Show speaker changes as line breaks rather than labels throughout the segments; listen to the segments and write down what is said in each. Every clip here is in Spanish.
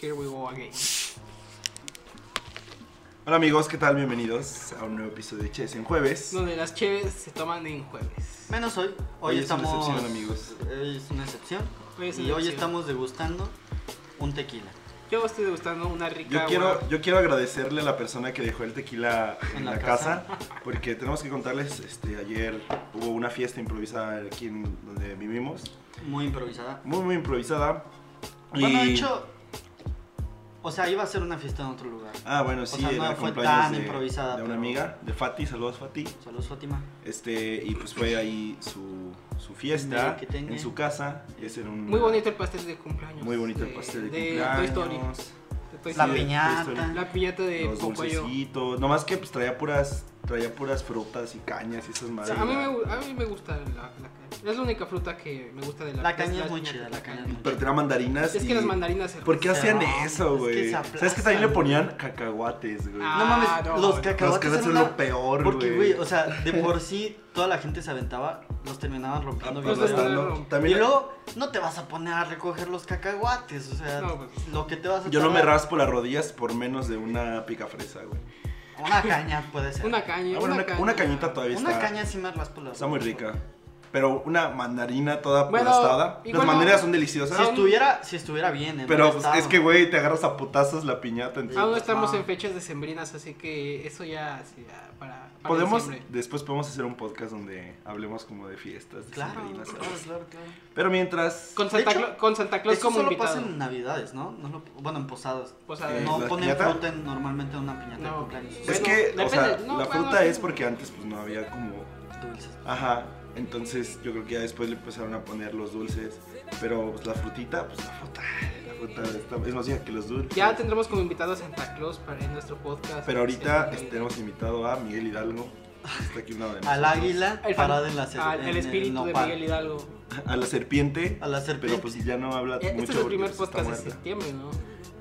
Here we go again.
Hola amigos, ¿qué tal? Bienvenidos a un nuevo episodio de Chess en jueves.
Donde las cheves se toman en jueves.
Menos hoy. Hoy,
Hoy es una
estamos.
excepción, amigos.
Hoy es una excepción.
Hoy es
y
una
hoy
excepción.
estamos degustando un tequila.
Yo estoy degustando una rica
Yo
agua.
quiero, yo quiero agradecerle a la persona que dejó el tequila en,
En
la,
la
casa, porque tenemos que contarles, este, ayer hubo una fiesta improvisada aquí en donde vivimos,
Muy improvisada.
muy muy improvisada. y-
Bueno, de hecho. O sea, iba a ser una fiesta en otro lugar.
ah bueno
o
sí,
sea, no
era
fue
cumpleaños
tan
de,
improvisada,
de una
pero-
amiga, de Fati, saludos Fati.
Saludos, Fátima.
Este, y pues fue ahí su, su fiesta
Mira, que tenga.
en su casa. Es en un-
Muy bonito el pastel de cumpleaños.
Muy bonito el
de-
pastel de,
Toy
cumpleaños.
Story. De Toy
La
Story.
piña.
piñata.
Toy Story.
La piñata de
Los
Pocoyo.
dulcecitos. Nomás que pues traía puras, traía puras frutas y cañas y esas
O
madres.
sea, a, mí me, gu- a mí me gusta la, la caña. Es la única fruta que me gusta de la
La caña
de
es muy
piñata,
chida, la caña es muy
Pero tenía mandarinas.
Es
y-
que las mandarinas se
¿Por qué
se
hacían eso,
rompen, es que
güey?
se
¿Sabes que también le
aplastan,
ponían cacahuates, güey?
Ah,
No mames,
no.
los
Los
Los
cacahuates
cacahuates
eran
son
una-
lo peor, güey.
Porque, güey, o sea, de por sí toda la gente se aventaba, los terminaban rompiendo bien.
Los
duro.
terminaban rompiendo.
Aplastando.
Y
Pues También
luego no te vas a poner a recoger los cacahuates, o sea,
No, pues.
lo que te vas a
yo no me
tardar-
raspo las rodillas por menos de una pica fresa, güey.
Una caña puede ser.
Una caña.
Ah, bueno,
una,
una,
caña.
una cañita todavía
Una
está.
caña sí me raspo la
Está muy
boca.
rica. Pero una mandarina toda
Bueno,
aplastada. Las
igual no-
mandarinas son deliciosas.
Si estuviera, si estuviera bien, ¿eh? en
Pero
buen
pues,
estado.
es que, güey, te agarras a putazos la piñata. entonces-
Aún no estamos
Ah.
No.
en fechas decembrinas, así que eso ya, sí, ya para, para
podemos,
diciembre.
después podemos hacer un podcast donde hablemos como de fiestas. de
Claro,
sembrinas,
claro,
¿sabes?
claro, claro.
Pero mientras...
Con Santa,
hecho,
Cla- con Santa Claus
Eso
como
solo
invitado.
pasa en navidades, ¿no? No lo- bueno, en posadas.
Posadas.
Eh,
no
¿la
ponen
piñata?
fruta en- normalmente en una piñata
No.
de cumpleaños.
es
bueno,
que, o sea,
depende, no,
la
bueno,
fruta es porque antes pues no había como...
Dulces.
Ajá. Entonces yo creo que ya después le empezaron a poner los dulces. Pero pues, la frutita, pues la fruta... La fruta está- es más vieja que los dulces.
Ya tendremos como invitado a Santa Claus para en nuestro podcast.
Pero ahorita
Sí,
este, hemos invitado a Miguel Hidalgo. que Está aquí a un lado de
Al
nosotros.
águila
el, fan-
parada en la
al- el
en
espíritu de
nopal.
Miguel Hidalgo.
A la serpiente.
A la serpiente.
Pero pues ya no habla
Eh,
mucho.
Este es el
porque,
primer
pues, está
podcast de
muerta.
septiembre, ¿no?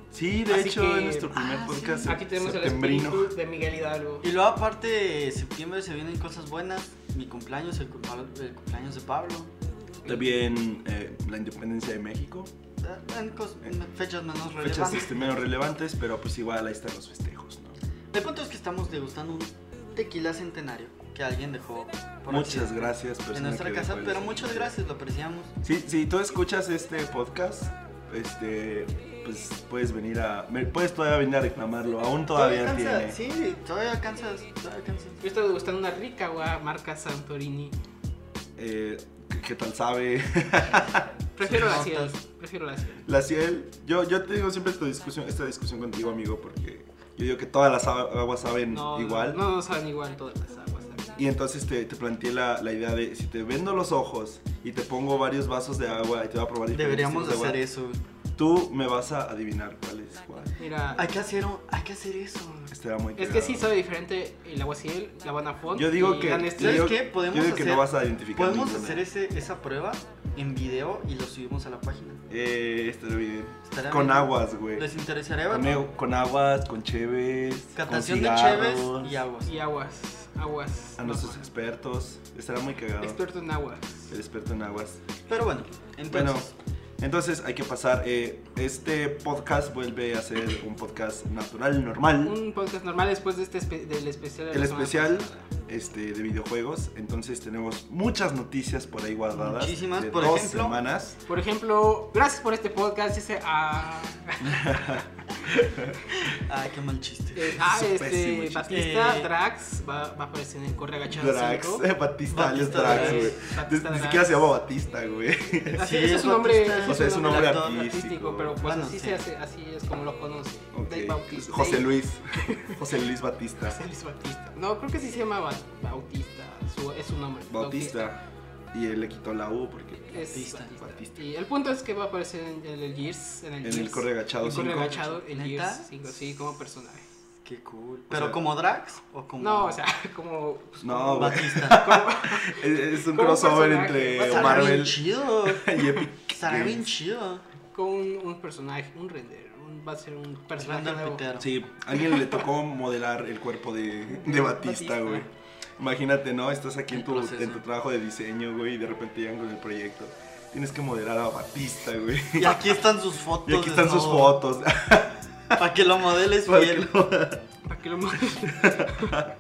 Sí, de
Así
hecho,
que-
es nuestro primer
Ah, sí.
podcast.
Aquí tenemos el
septembrino.
espíritu de Miguel
pues,
Hidalgo.
Y luego aparte, septiembre se vienen cosas buenas. Mi cumpleaños, el, cu- el cumpleaños de Pablo.
También eh, la independencia de México.
Eh, En cos- en fechas menos
Fechas
relevantes.
este, menos relevantes, pero pues igual ahí están los festejos, ¿no?
El punto es que estamos degustando un tequila centenario que alguien dejó por
muchas
accidente
gracias, persona
en nuestra
que
casa.
dejó el
Pero muchas
celular.
gracias, lo apreciamos.
Si, si tú escuchas este podcast, este, pues puedes venir a. me- Puedes todavía venir a reclamarlo, aún todavía tiene.
alcanzas, Sí, todavía alcanzas, todavía alcanzas.
Yo estoy degustando una rica agua marca Santorini.
Eh, ¿qué- ¿Qué tal sabe?
Prefiero
Sí,
la
no,
ciel.
estás-
Prefiero la ciel.
La Ciel, yo, yo te digo siempre esta discusión, esta discusión contigo, amigo, porque yo digo que todas las a- aguas saben
No,
igual.
No, no saben igual todas las aguas.
Y entonces te, te planteé la, la idea de si te vendo los ojos y te pongo varios vasos de agua y te voy a probar diferentes
Deberíamos
tipos de
hacer
agua,
eso.
Tú me vas a adivinar cuál es cuál.
Mira,
Hay que hacer, un- hay que hacer eso.
Estará muy
es que
cagado.
sí sabe diferente el agua ciel, la Banafont.
Yo digo
y
que.
la
yo
Nestlé.
¿Sabes
digo-
qué? Podemos
yo digo que
hacer-
no vas a identificar.
Podemos
ninguna.
hacer ese, esa prueba en video y lo subimos a la página.
Eh, estará bien.
Estará
Con
bien.
aguas, güey.
¿Les interesaría ver?
Con, con aguas, con cheves.
Catación
con
de
cigarros,
cheves y aguas.
Y aguas. Aguas.
A nuestros
Aguas.
expertos. Estará muy cagado.
Experto en aguas.
El experto en aguas.
Pero bueno,
Bueno,
entonces.
entonces hay que pasar. eh, este podcast vuelve a ser un podcast natural, normal.
Un podcast normal después de este espe- del especial. de
El
la semana
especial
pasada.
este, de videojuegos. Entonces tenemos muchas noticias por ahí guardadas.
Muchísimas,
de
por
dos
ejemplo.
semanas.
Por ejemplo, gracias por este podcast. Dice ah, a.
Ay, qué mal chiste.
eh, a,
Es un pésimo
este,
chiste.
Batista,
Eh,
Drax. Va, va a aparecer en el correo agachado.
Drax,
cinco.
Batista, alias
Batista
Drax,
Drax.
güey. Ni-
Batista
Ni
Drax.
siquiera se llama Batista, güey.
Así
Sí,
es, es
es
un hombre.
Batista,
O sea, es un hombre
actor,
artístico.
pero pues
Bueno,
así,
sí.
se hace, así es como lo conoce.
Ok.
Dave Bautista.
José
Dave-
Luis. José Luis Batista.
José Luis Bautista. No, creo que sí se llama Ba- Bautista. su- es su nombre.
Bautista. Y él le quitó la U porque.
Es
Batista.
Batista.
Batista.
Y el punto es que va a aparecer en en el Gears. En el,
En
Gears.
el correo agachado
El correo
5.
agachado en
¿Neta?
Gears 5, sí, como personaje.
Qué cool.
O
¿Pero
sea-
como Drax o como.?
No, o sea, como. pues,
No, güey.
Batista.
Es, es un
Como un
crossover
personaje.
entre
Estará
Estará bien
Marvel
chido.
y Epic.
Estará bien
Games.
chido.
Como un, un personaje, un render. un- va a ser un personaje
Randall
nuevo.
Pitero.
Sí, a alguien le tocó modelar el cuerpo de, de Batista,
Batista.
güey. Imagínate, ¿no? Estás aquí en
El
tu,
proceso.
en tu trabajo de diseño, güey, y de repente llegan con el proyecto. tienes que moderar a Batista, güey.
Y aquí están sus fotos.
Y aquí están sus
desnudo,
fotos.
Para que lo modeles
Para
bien.
que no-
¿Para qué lo más?
Está-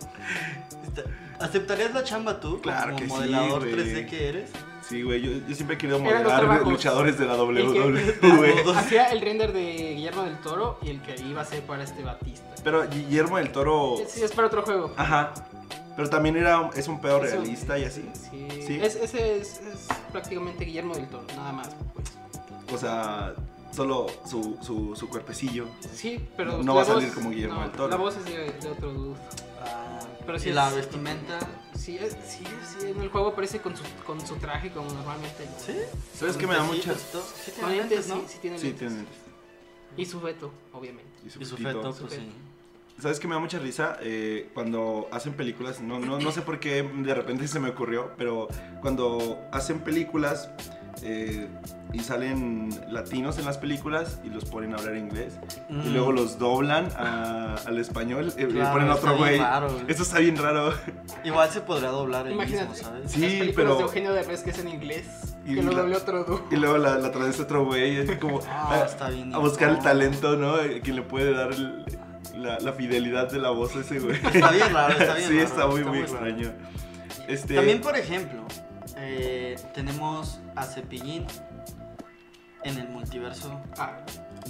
Este, ¿Aceptarías la chamba tú?
Claro
como
que sí,
modelador
güey.
3D que eres.
Sí, güey, yo, yo siempre he querido
Eran los
moderar güey,
trabajos.
luchadores de la WWE,
El que-
güey.
Hacía el render de Guillermo del Toro y el que iba a ser para este Batista.
Pero Guillermo del Toro.
Sí, es para otro juego.
Ajá. Pero también era, es un pedo
Eso-
realista y así.
Sí.
Sí.
Es, ese es, es prácticamente Guillermo del Toro, nada más. Pues.
O sea, solo su, su, su cuerpecillo.
Sí, pero.
No-
la
no va a salir como Guillermo
no,
del Toro.
La voz es de, de otro dude. Pero sí
y la
Ah, es-
vestimenta.
Sí, es- sí, sí, en el juego aparece con su, con su traje como normalmente.
¿Sí?
¿Sabes qué me da mucha-
esto? Pues Sí, te da
Obviamente
lentes, ¿no?
sí, sí tiene
Sí,
lentes.
tienen.
Y su veto, obviamente.
Y su feto, pues
feto.
sí.
¿Sabes qué me da mucha risa? Eh, cuando hacen películas, no, no, no sé por qué de repente se me ocurrió, pero cuando hacen películas eh, y salen latinos en las películas y los ponen a hablar inglés y
Mm.
luego los doblan a- al español eh, y
Claro,
ponen a
está
otro
bien
güey.
raro, güey.
Eso está bien raro.
Igual se podría doblar el mismo,
Imagínate.
¿sabes?
Sí,
Las películas
pero-
de Eugenio Derbez que es en inglés.
Y
que lo
la-
doble otro dude.
Y luego la, la traes a otro güey y es como
Ah,
a,
está bien.
a buscar el
incómodo.
talento, ¿no? Eh, Que le puede dar el- la, la fidelidad de la voz a ese güey.
Está bien raro, está bien
Sí,
raro,
está muy, muy
raro.
extraño. Este,
También, por ejemplo, eh, tenemos a Cepillín en el multiverso
Ah,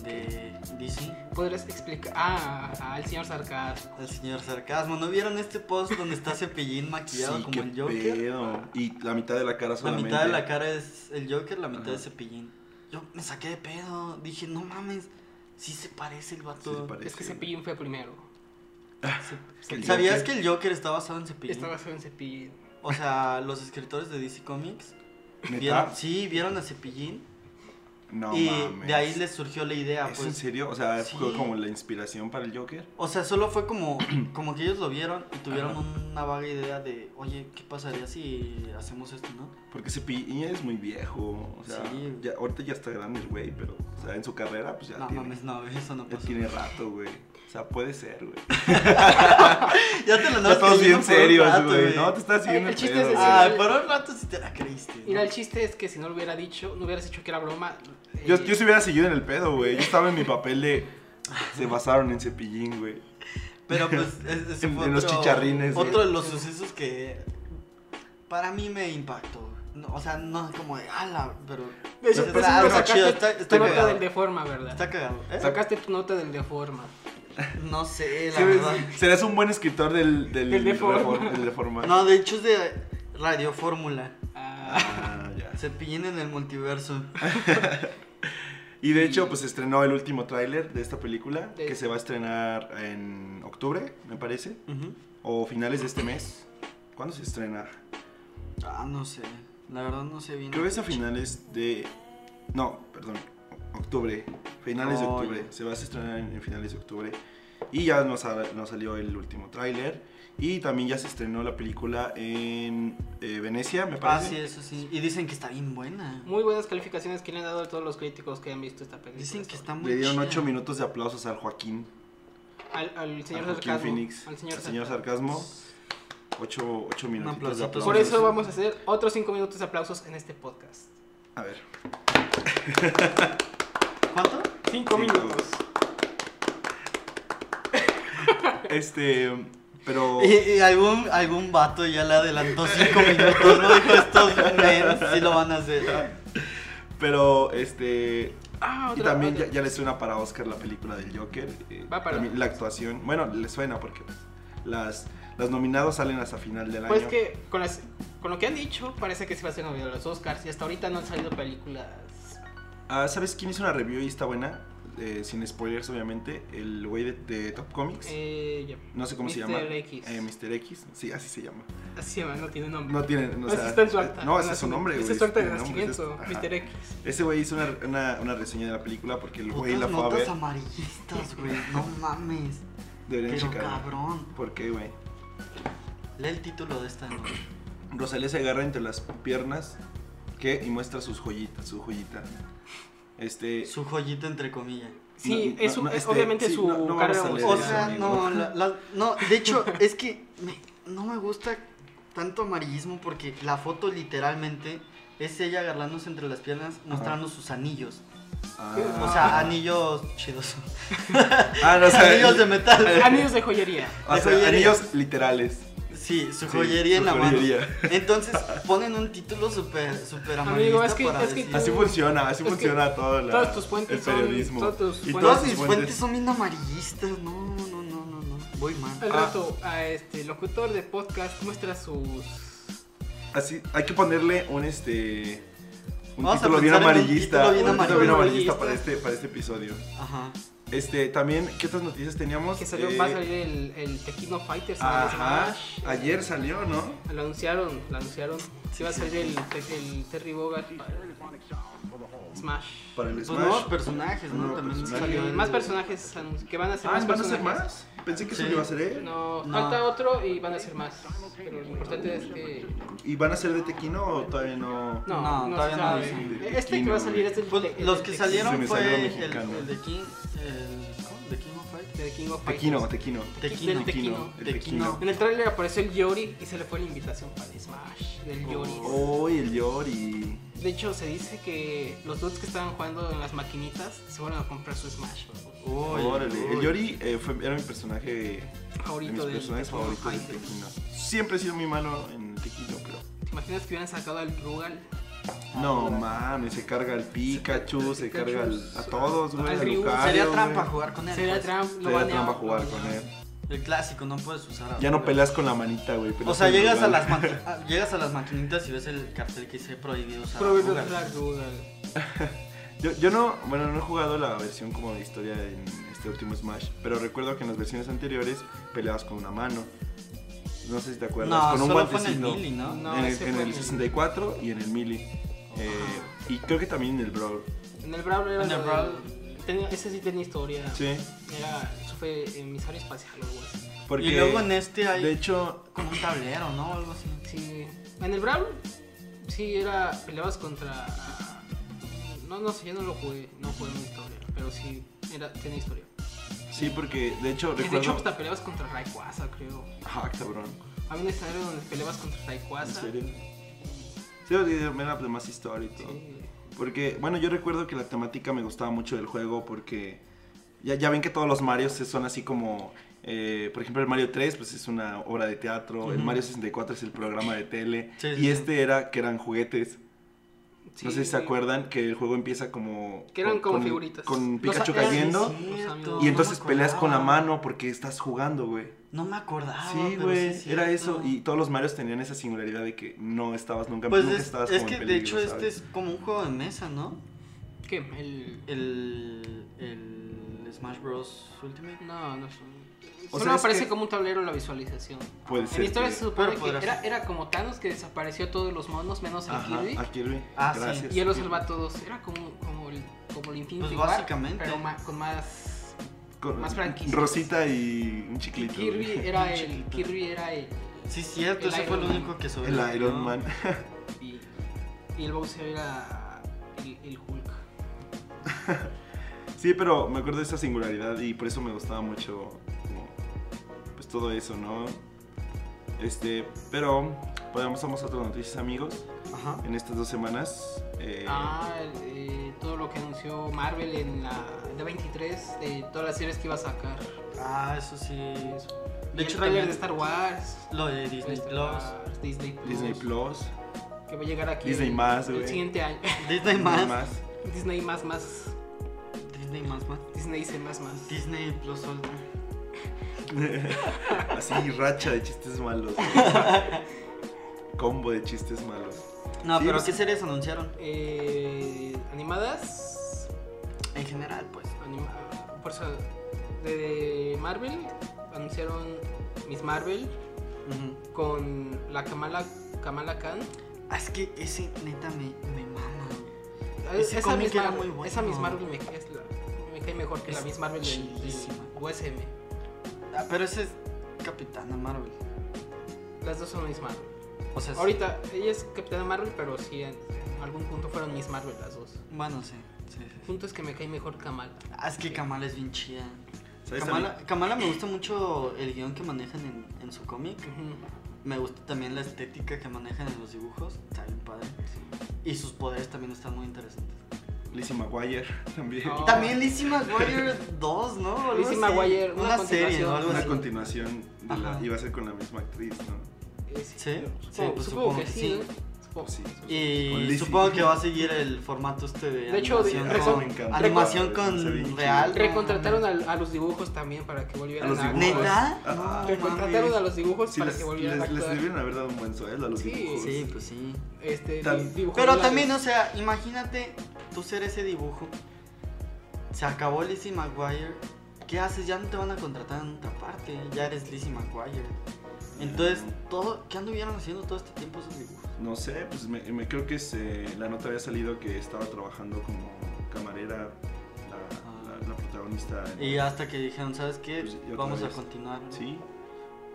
de DC.
podrías explicar. Ah, al señor Sarcasmo.
El señor Sarcasmo. ¿No vieron este post donde está Cepillín maquillado
Sí,
como
qué
el Joker?
pedo. Y la mitad de la cara
La
solamente.
mitad de la cara es el Joker, la mitad
Ajá.
es Cepillín. Yo me saqué de pedo. Dije, no mames, sí se parece el
Sí, se
vato.
parece.
Es que Cepillín fue primero.
Se-
El
¿Sabías
Joker.
que el Joker está basado en Cepillín?
Estaba solo en Cepillín.
O sea, los escritores de DC Comics
¿Neta?
vieron, sí, vieron a Cepillín
No
y
mames.
de ahí les surgió la idea,
¿Es en
pues.
serio? O sea,
Sí.
fue como la inspiración para el Joker.
O sea, solo fue como, como que ellos lo vieron y tuvieron
Ajá.
una vaga idea de, oye, ¿qué pasaría si hacemos esto, no?
Porque Cepillín es muy viejo. O sea,
Sí.
ya- ahorita ya está grande el güey, pero o sea, en su carrera, pues ya
no
tiene.
mames, no, eso no
ya
pasó.
tiene rato, güey. O sea, puede ser, güey.
Ya te lo
No
andabas
estamos
creyendo
bien
por un
serios,
rato,
güey. No, te estás siguiendo
El
el
chiste
pedo,
es
güey.
ese.
Ah, por un rato sí te la creíste. ¿no?
Mira, el chiste es que si no lo hubiera dicho, no hubieras hecho que era broma. eh,
Yo, yo si hubiera seguido en el pedo, güey. Yo estaba en mi papel de. Se basaron en Cepillín, güey.
Pero pues es, es
En- en los chicharrines, güey.
Otro de los sucesos que para mí me impactó. No, o sea, no es como de ala, pero
De hecho,
es
por eso
raro,
no pues, sacaste
chido, está, está
tu nota
cagado.
del deforma, ¿verdad?
Está cagado, ¿eh?
Sacaste tu nota del deforma.
No sé, la
Sí,
verdad.
Serás un buen escritor del, del,
Del Deforma.
reform- del Deforma.
No, de hecho es de Radio Fórmula.
Ah,
Ah, ya.
Cepillín en el multiverso.
Y de hecho, pues estrenó el último tráiler de esta película,
De-
que se va a estrenar en octubre, me parece,
Ujú.
o finales de este mes. ¿Cuándo se estrena?
Ah, no sé. La verdad no sé bien.
Creo que es a finales de... No, perdón, octubre. Finales de
Oh,
octubre.
ya.
Se va a estrenar en, en finales de octubre. Y ya nos, ha- nos salió el último tráiler. Y también ya se estrenó la película en eh, Venecia, me
Ah,
parece.
sí, eso sí. Y dicen que está bien buena.
muy buenas calificaciones que le han dado a todos los críticos que han visto esta película.
Dicen que está muy
pues, Le dieron
chida.
8 minutos de aplausos al Joaquín.
Al, al señor
al Joaquín
Sarcasmo.
Phoenix.
Al señor, Sarcasmo.
Sarcasmo. 8, minutos de
aplausito.
aplausos.
Por eso vamos a hacer otros 5 minutos de aplausos en este podcast.
A ver.
¿Cuánto?
5
Cinco.
minutos.
Este. Pero.
Y, y algún, algún vato ya le adelantó cinco minutos, ¿no? Dijo, estos men sí lo van a hacer.
Pero, este.
Ah,
Y
otra,
también
otra.
ya, ya le suena para Oscar la película del Joker. eh,
Va para-
también la actuación. Bueno, le suena porque pues, las, las nominadas salen hasta final del
Pues
año.
que con, las- con lo que han dicho, parece que se va a hacer novio de los Oscars y hasta ahorita no han salido películas.
Ah, ¿Sabes quién hizo una review y está buena? Eh, sin spoilers, obviamente. El güey de, de Top Comics.
Eh, ya.
no sé cómo se
Mr.
llama.
X.
Eh, Mr. X. Sí, así se llama.
Así se llama, no tiene nombre.
No tiene.
No,
No,
ese está en su acta.
no
de
ese es su
nacimiento.
nombre, güey.
Ese es su acta de
tiene nombre, ese es- este,
nacimiento,
ajá.
Mr. X.
Ese güey hizo una, una- una reseña de la película porque el güey la
Putas
fue a
notas
ver.
amarillistas, güey. No mames.
Deberían
Pero
checarla.
cabrón.
¿Por qué, güey?
Lee el título de esta novela.
Rosalía se agarra entre las piernas que y muestra sus joyitas, su joyita. Este.
Su joyita, entre comillas.
Sí,
no,
es su-
no,
es
este,
obviamente
sí,
su
no, no
carrera
vamos a leer
musical.
O
eso,
sea,
amigo.
no, la- la- no, de hecho, es que me- no me gusta tanto amarillismo porque la foto literalmente es ella agarrándose entre las piernas, mostrando sus anillos.
Ah,
O sea, anillos chidos.
Ah, no, o sea,
anillos de metal.
Anillos de joyería.
o sea,
joyería.
anillos literales.
Sí, su
Sí,
joyería en
su
la mano.
joyería.
Entonces ponen un título súper super amarillista
Amigo, es que-
para
es que
decir-
tú-
Así funciona, así
Es que
funciona todo la-
todas tus fuentes
el periodismo.
son- todas tus
y
fuentes-
Todas
todas
mis
tus
fuentes.
fuentes.
son bien amarillistas. No, no, no, no, no. Voy mal.
Al
Ah.
rato, a este locutor de podcast muestra sus.
Así, hay que ponerle un este. Un
Vamos a
título bien
pensar en un
amarillista.
título bien
un título bien
amarillista.
amarillista para este, para este episodio.
Ajá.
Este, también, ¿qué otras noticias teníamos?
Que salió,
Eh,
va a salir el, el Tequino Fighters en el
Ajá,
Smash.
ayer salió, ¿no?
Lo anunciaron, lo anunciaron. Sí, va a salir el, te- el Terry Bogard Smash.
Para el
Pues
Smash.
nuevos personajes, ¿no?
Nuevo
También
personaje.
Salió.
salió-
Más personajes anun- que van a ser
Ah,
más
¿van a ser
personajes.
más? Pensé que
Sí.
solo iba a ser él.
No,
No.
falta otro y van a ser más. Pero lo importante es que.
¿Y van a ser de Tequino o todavía no?
No,
No,
no,
todavía
se
no
sabe.
dicen.
Este que va a salir es el.
Pues,
el-
los
el-
que
el-
Se
salieron
me
fue
salió
el,
mexicano.
el de King. El, ¿cómo? ¿De King of Fight?
de King of
Tequino,
Fighters.
Tequino.
Tequino.
Del Tequino.
El
Tequino.
Tequino.
En el tráiler apareció el Yori y se le fue la invitación para el Smash del Yori.
Oh, y el Yori.
De hecho, se dice que los dudes que estaban jugando en las maquinitas se fueron a comprar su Smash.
Uy,
Órale.
uy.
El Yori eh, fue- era mi personaje de mis
Favorito del
personajes
Tekken
favoritos del
Fighter.
Tequino. Siempre he sido muy malo en el Tequino, pero.
¿Te imaginas que hubieran sacado al Rugal?
No mames, se carga al Pikachu, se carga al- a todos, güey.
Al
a
Ryu.
Lucario,
Sería
güey.
trampa jugar con él.
Sería
pues.
Trump, lo
Sería
baneaban,
trampa jugar
lo
con
baneaban.
él.
El clásico, no puedes usar. a-
Ya no peleas con la manita, güey.
O
peleas
sea,
con el
llegas a,
rival.
las maqui- a- llegas a las maquinitas y ves el cartel que dice prohibido usar.
Pero
Rugal.
era Rugal.
Yo, yo no, bueno, no he jugado la versión como de historia en este último Smash, pero recuerdo que en las versiones anteriores peleabas con una mano. No sé si te acuerdas,
No,
con un
solo fue en el
guantecito.
Melee, ¿no?
No,
en el,
ese
en
fue
el
en el-
64 y en el Melee. Eh, y creo que también en el Brawl.
En el Brawl era.
En el
lo
Brawl.
del- tenía- ese sí tenía historia.
Sí,
Era. Eso fue emisario espacial o algo así.
porque
Y luego en este hay
de hecho,
como un tablero, ¿no? O algo así.
Sí. En el Brawl, sí, era. Peleabas contra. No, no sé, yo no lo jugué. No jugué en historia. Pero sí, era, tenía historia.
sí, porque de hecho
Y de hecho,
recuerdo.
pues,
hasta peleabas contra Rayquaza, creo.
Ah, cabrón.
Había un escenario donde peleabas contra Rayquaza.
¿En serio? Sí, porque me da pues más historia y todo.
Sí.
Porque, bueno, yo recuerdo que la temática me gustaba mucho del juego porque ya, ya ven que todos los Marios son así como, eh, por ejemplo, el Mario 3 pues es una obra de teatro, el
Ujú.
Mario 64 es el programa de tele
Sí, sí,
y
sí.
este era que eran juguetes.
Sí.
No sé si se acuerdan que el juego empieza como...
Que eran
con-
como
con-
figuritas.
Con
Los-
Pikachu
eran-
cayendo.
sí,
Cierto,
no,
Y
me
entonces
me
peleas con la
acordaba.
mano porque estás jugando, güey.
No me acordaba.
Sí,
pero
güey.
es
era
cierto.
eso. Y todos los Marios tenían esa singularidad de que no estabas nunca,
Pues
nunca
es,
estabas
es
como
que
en
de
peligro,
hecho este
¿sabes?
es como un juego de mesa, ¿no?
¿Qué? El.
El, el Smash Bros. Ultimate.
No, no es un-
O
Solo
sea, es
aparece
que-
como un tablero la visualización.
Puede
En
ser
la historia
que-
se supone
Pero
que
podrás-
era, era como Thanos que desapareció todos los monos menos el
Ajá,
Kirby.
a Kirby.
Ah, sí.
Gracias.
Y él los salva a todos. Era como, como, el, como el Infinity
Pues
War,
básicamente.
pero ma- con más...
Con
Más franquicias.
Rosita y un chiclito.
Kirby
güey.
era
Un
el...
chiquito.
Kirby era el...
Sí, cierto,
El
ese fue
Iron
el
Man.
único que
El
sobrevivió.
Iron Man.
Y, y el Bowser era el, el Hulk.
Sí, pero me acuerdo de esa singularidad y por eso me gustaba mucho como, pues todo eso, ¿no? Este, pero podemos vamos a otras noticias, amigos.
Ajá.
En estas dos semanas eh,
Ah, el- eh, todo lo que anunció Marvel en la D23, de todas las series que iba a sacar.
Ah, eso sí.
De
De
hecho,
hecho,
el trailer
también
de Star Wars.
Lo de Disney
Star
Plus.
Wars, Disney Plus.
Disney
pues,
Plus,
Que va a llegar aquí.
Disney
el-
más,
El
güey.
siguiente año.
Disney
nada
más.
más.
Disney más más.
Disney más, más.
Disney dice más más.
Disney Plus Ultra.
Así racha de chistes malos. güey. Combo de chistes malos.
No,
Sí,
pero
pues-
¿qué series anunciaron?
Eh, animadas.
En general, pues.
anima- por eso, de Marvel anunciaron Miss Marvel
Ujú.
con la Kamala Kamala Khan.
Ah, Es que ese neta me, me mama. Ese
Esa
cómic
Miss,
era
Marvel,
muy bueno.
esa Miss Marvel me, es la- me cae mejor que la
Es
Miss Marvel del, del
chidísima.
USM.
Ah, pero ese es Capitana Marvel.
Las dos son Miss Marvel.
O sea, es-
Ahorita ella es Capitana Marvel, pero sí en, en algún punto fueron Miss Marvel las dos.
Bueno, sí. sí, sí,
El
sí.
punto es que me cae mejor Kamala.
Ah, es que Kamala es bien chida.
¿Sabes
Kamala, Kamala me gusta mucho el guión que manejan en, en su cómic.
Ujú.
Me gusta también la estética que manejan en los dibujos. Está bien padre. Y sus poderes también están muy interesantes.
Lizzie McGuire también.
No.
Y también Lizzie McGuire 2, ¿no? Algo
Oh. Lizzie
así.
McGuire, una
una, serie o
continuación.
algo
Una
así.
continuación de la,
Ajá.
iba a ser con la misma actriz, ¿no?
Eh,
Sí,
Supongo,
sí, pues
supongo que
supongo,
sí.
sí.
¿no? Supongo.
Sí, con
Y
Lizzie.
supongo que va a seguir el formato este de,
De hecho, de-
animación,
reco-
me
con,
encanta.
animación
Reco- se ve
con
chido.
real. Ah,
Recontrataron al- a, los dibujos también para que volvieran
A los
actuar.
dibujos.
¿Neta?
Ah,
No,
Recontrataron
mames.
a los dibujos
Sí,
para
les,
que volvieran
les-
a
les
actuar.
debieron haber dado un buen sueldo a los
Sí.
dibujos.
Sí, pues sí.
Este,
Tan-
di- dibujos
Pero
animados.
también, o sea, imagínate tú ser ese dibujo. Se acabó Lizzie McGuire. ¿Qué haces? Ya no te van a contratar en otra parte. Ya eres Lizzie McGuire. Entonces, todo, ¿qué anduvieron haciendo todo este tiempo esos dibujos?
No sé, pues me, me creo que se- la nota había salido que estaba trabajando como camarera la, la- la protagonista. en-
Y hasta que dijeron, ¿sabes qué?
Pues, y otra
Vamos a
vez.
continuar. ¿no?
Sí,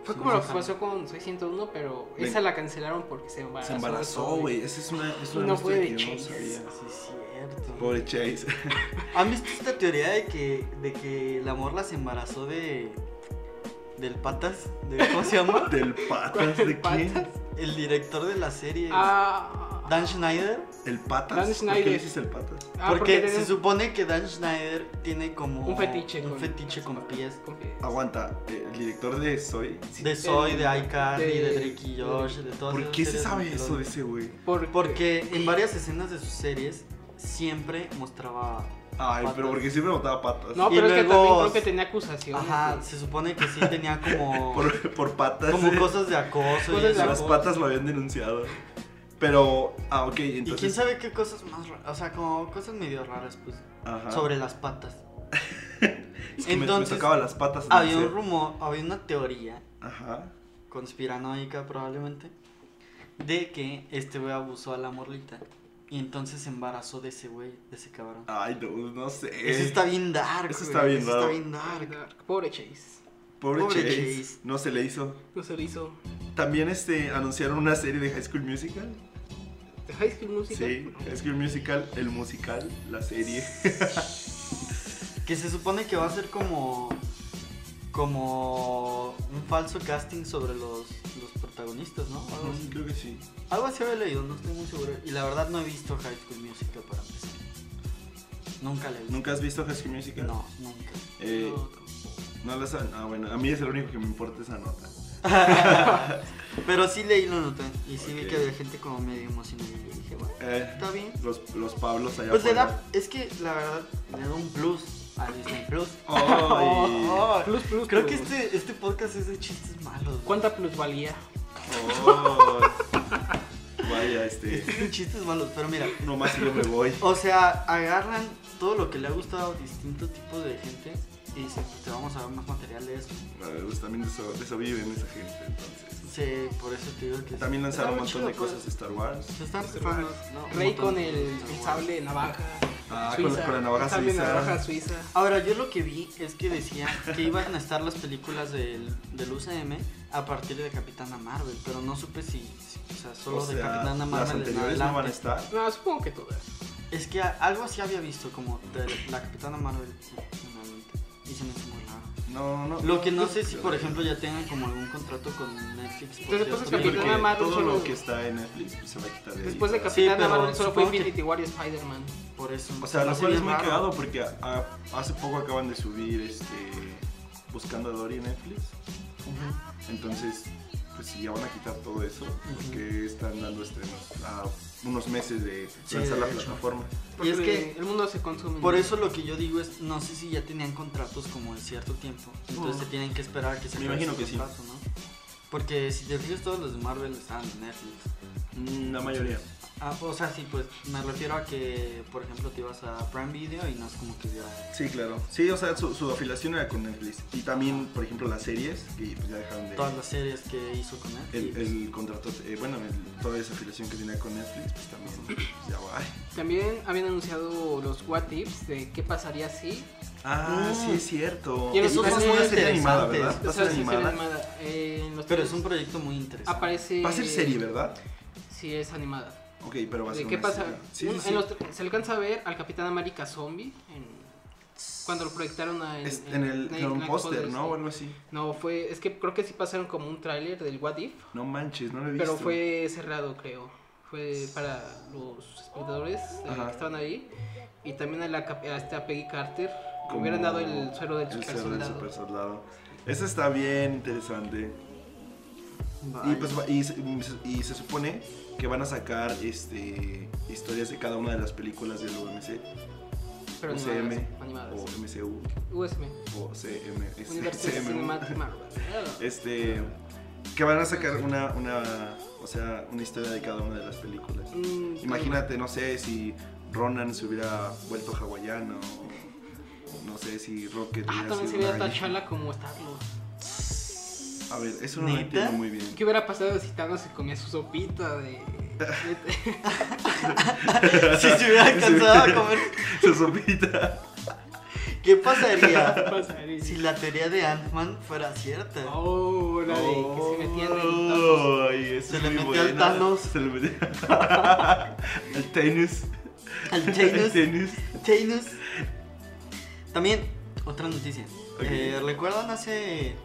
Fue
Sí,
como lo que
ajá.
pasó con 601, pero
Ven.
esa la cancelaron porque se embarazó.
se embarazó,
Ah, güey.
güey. Esa es una, es
Y
una
no
muestra
fue de
que yo no
Chase.
sabía.
Sí, es cierto.
Pobre Chase.
¿Han visto esta teoría de que, de que la morla se embarazó de. del patas? De, ¿Cómo se llama?
¿Del patas de quién?
¿Patas?
El director de la serie.
Ah,
Dan Schneider.
¿El patas?
Dan
¿Por qué
Schneider.
le dices el patas?
ah,
porque
tenés-
se supone que Dan Schneider tiene como.
Un fetiche
Un
con-
fetiche con pies.
con que-
Aguanta, eh, el director de Soy.
De Zoe, de iCarly, de,
de-
Drake y Josh, de todas
¿Por
esas
qué se
series
sabe
de
eso de
Nickelodeon.
ese güey?
Porque,
Porque
Eh,
en varias escenas de sus series siempre mostraba.
Ay, pero
Patas.
porque siempre botaba patas.
No,
Y
pero es que
luego-
también creo que tenía acusaciones.
Ajá,
güey.
se supone que sí tenía como.
Por, por patas. eh.
como cosas de acoso
Cosas
y
de
eso.
Las patas lo habían denunciado. Pero, ah, ok,
Y
entonces.
quién sabe qué cosas más raras, o sea, como cosas medio raras, pues,
Ajá.
sobre las patas.
Ah. Es que me-
Entonces,
me, tocaba las patas. en
había
el
un
set.
rumor, había una teoría
Ajá.
conspiranoica probablemente de que este güey abusó a la morlita y entonces se embarazó de ese güey, de ese cabrón.
Ay, no, no sé.
eso está bien dark.
eso
güey,
está bien raro.
bien dark.
Pobre Chase.
Pobre,
Pobre
Chase.
Chase.
No se le hizo.
No se lo hizo.
También este, anunciaron una serie de High School Musical.
¿De High School Musical?
Sí, High School Musical, el musical, la serie.
Que se supone que va a ser como como un falso casting sobre los, los protagonistas, ¿no? Algo así.
Mm, Creo que sí.
Algo así había leído, no estoy muy seguro. Y la verdad no he visto High School Musical para empezar. Nunca la he visto.
¿Nunca has visto High School Musical?
No, nunca.
Eh,
No, tampoco.
no las han- Ah, bueno, a mí es el único que me importa esa nota.
Pero sí leí la nota y sí vi
Ok.
que había gente como medio emocionada. Y yo dije, bueno,
Eh,
está bien.
los, los Pablos allá
Pues le
afuera.
da, es que la verdad le da un plus a Disney Plus.
Ay,
Oh,
Plus, plus,
Creo que
plus.
este, este podcast es de chistes malos. güey.
¿Cuánta plusvalía?
oh. Vaya, este.
Este es de chistes malos, pero mira.
Nomás yo me voy.
O sea, agarran todo lo que le ha gustado a distintos tipos de gente y dicen, pues te vamos a dar más material de eso.
A ver, pues también de eso, de eso viven esa gente, entonces.
Sí, por eso te digo que
También lanzaron un
Está
montón
muy chido,
de
pues.
cosas de Star Wars.
se están
Star
rifando.
Wars.
¿no? Un
Rey
montón
con
de
el,
Star
el
Wars.
sable de navaja.
Ah,
suiza.
con la- con la navaja
El sable de
suiza.
navaja suiza.
Ahora, yo lo que vi es que decía que iban a estar las películas del, del UCM a partir de Capitana Marvel, pero no supe si, si- o sea, solo
O
de
sea,
Capitana Marvel.
las
en
anteriores no van a
adelante.
estar.
No, supongo que todas.
Es que a- algo así había visto, como de la Capitana Marvel en adelante, y se me hizo muy raro.
No, no.
Lo que no sé si, por ejemplo, ya tengan como algún contrato con Netflix.
Entonces, pues,
por cierto,
es
Porque
Capitana
porque-
Marvel
todo
solo-
lo que está en Netflix pues, se va a quitar de ahí,
Después de
¿verdad?
Sí,
Capitana
pero
Marvel solo fue
supongo que-
Infinity War y Spider-Man.
Por eso.
O sea,
se me
lo
hace
cual es
bien
muy
raro.
cagado porque a- hace poco acaban de subir este Buscando a Dory en Netflix. Entonces, pues si ya van a quitar todo eso,
Ujú.
porque están dando estrenos a unos meses de
Sí,
lanzar
de
la
hecho.
plataforma.
Y es
Porque
que
el mundo se consume.
Por eso lo que yo digo es, no sé si ya tenían contratos como de cierto tiempo. Entonces
Ujú.
se tienen que esperar a que se
Me
acabe
imagino
su
que sí.
contrato, ¿no? Porque si te fijas todos los de Marvel están en Netflix.
Mm, La mayoría.
Ah, o sea, sí, pues me refiero a que, por ejemplo, te ibas a Prime Video y no es como que hubiera...
Sí, claro. Sí, o sea, su, su afiliación era con Netflix. Y también, por ejemplo, las series, que pues, ya dejaron de...
Todas las series que hizo con Netflix.
El, el contrato, eh, bueno, el- toda esa afiliación que tenía con Netflix, pues también pues, ya va.
También habían anunciado los What Ifs de qué pasaría si.
Ah,
Ah.
sí, es cierto.
Y
Eso
los
es
más
una serie animada,
interesantes.
¿verdad? Va a
O sea,
ser
sí, serie
animada.
animada. Eh, en los
Pero es
trailers
un proyecto muy interesante.
Aparece.
Va a ser serie, ¿verdad?
Sí, es animada.
Ok, pero va a
¿De
ser
qué
una
pasa?
serie. Sí,
Un-
sí,
en
sí.
los tra- se alcanza a ver al Capitán América zombie en- cuando lo proyectaron a- en,
Es en el
Night-
en un
Night
póster,
Posters,
¿no?
sí.
O algo así.
No, fue, es que creo que sí pasaron como un tráiler del What If,
No manches, no lo he visto.
pero fue cerrado, creo. fue para los espectadores eh,
Ajá.
que estaban ahí. Y también a, la, cap- a esta Peggy Carter. que
Como
hubieran dado el suero del
El
super
cerdo del
soldado.
super soldado. Ese está bien interesante. Y,
Vaya.
pues, va- y, se- y se- y se supone que van a sacar este, historias de cada una de las películas del OMC,
Pero
UCM,
animadas. animadas.
o MCU,
USM.
o este, CM, es-
Universo
CMU.
Cinematic Marvel. Mm,
Este, que van a sacar una, una, o sea, una historia de cada una de las películas.
Mm,
Imagínate, no sé, si Ronan se hubiera vuelto hawaiano, o no sé, si Rocket
Ah,
hubiera
también
sido
sería
una
T'Challa como Star-Lord.
gallina. A ver, eso no lo
¿Neta?
entiendo muy bien.
¿Qué hubiera pasado si Thanos se comía su sopita de... de-
Si se hubiera alcanzado a comer,
Su sopita.
¿qué pasaría
pasaría?
si la teoría de Ant-Man fuera cierta?
Oh, la de que se metían en los
Ay, eso
Se
es
le
muy
metió al
buena.
Thanos.
Se le metió al tenis.
Al
Al
Thanos.
tenis.
Thanos. También, otra noticia.
Ok.
Eh, ¿Recuerdan hace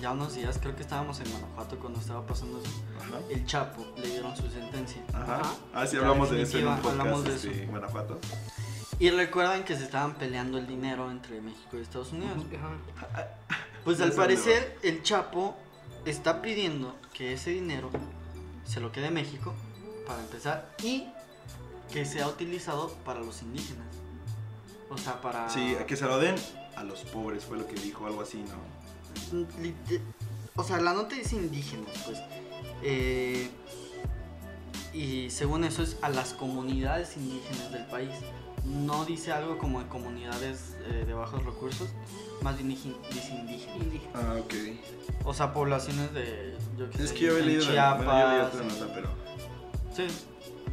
ya unos días? Creo que estábamos en Guanajuato cuando estaba pasando eso.
Ajá.
El Chapo, le dieron su sentencia.
Ajá.
Ajá.
Ah, sí,
Ya,
hablamos de eso en un
definitiva, hablamos
podcast
de
este,
eso.
en Guanajuato.
Y recuerdan que se estaban peleando el dinero entre México y Estados Unidos.
Ajá.
Pues
Ya
al
sé dónde
parecer el Chapo está pidiendo que ese dinero se lo quede México, para empezar, y que sea utilizado para los indígenas. O sea, para...
Sí, que se lo den a los pobres, fue lo que dijo, algo así, ¿no?
Lite- O sea, la nota dice indígenas, pues. Eh, y según eso es a las comunidades indígenas del país. No dice algo como de comunidades eh, de bajos recursos, más bien dije- dice indígenas.
Indígena.
Ah, ok.
O sea, poblaciones de. Yo qué
Es
sé,
que yo había
en
leído la-
Chiapas,
bueno, yo leí otra nota, pero.
sí.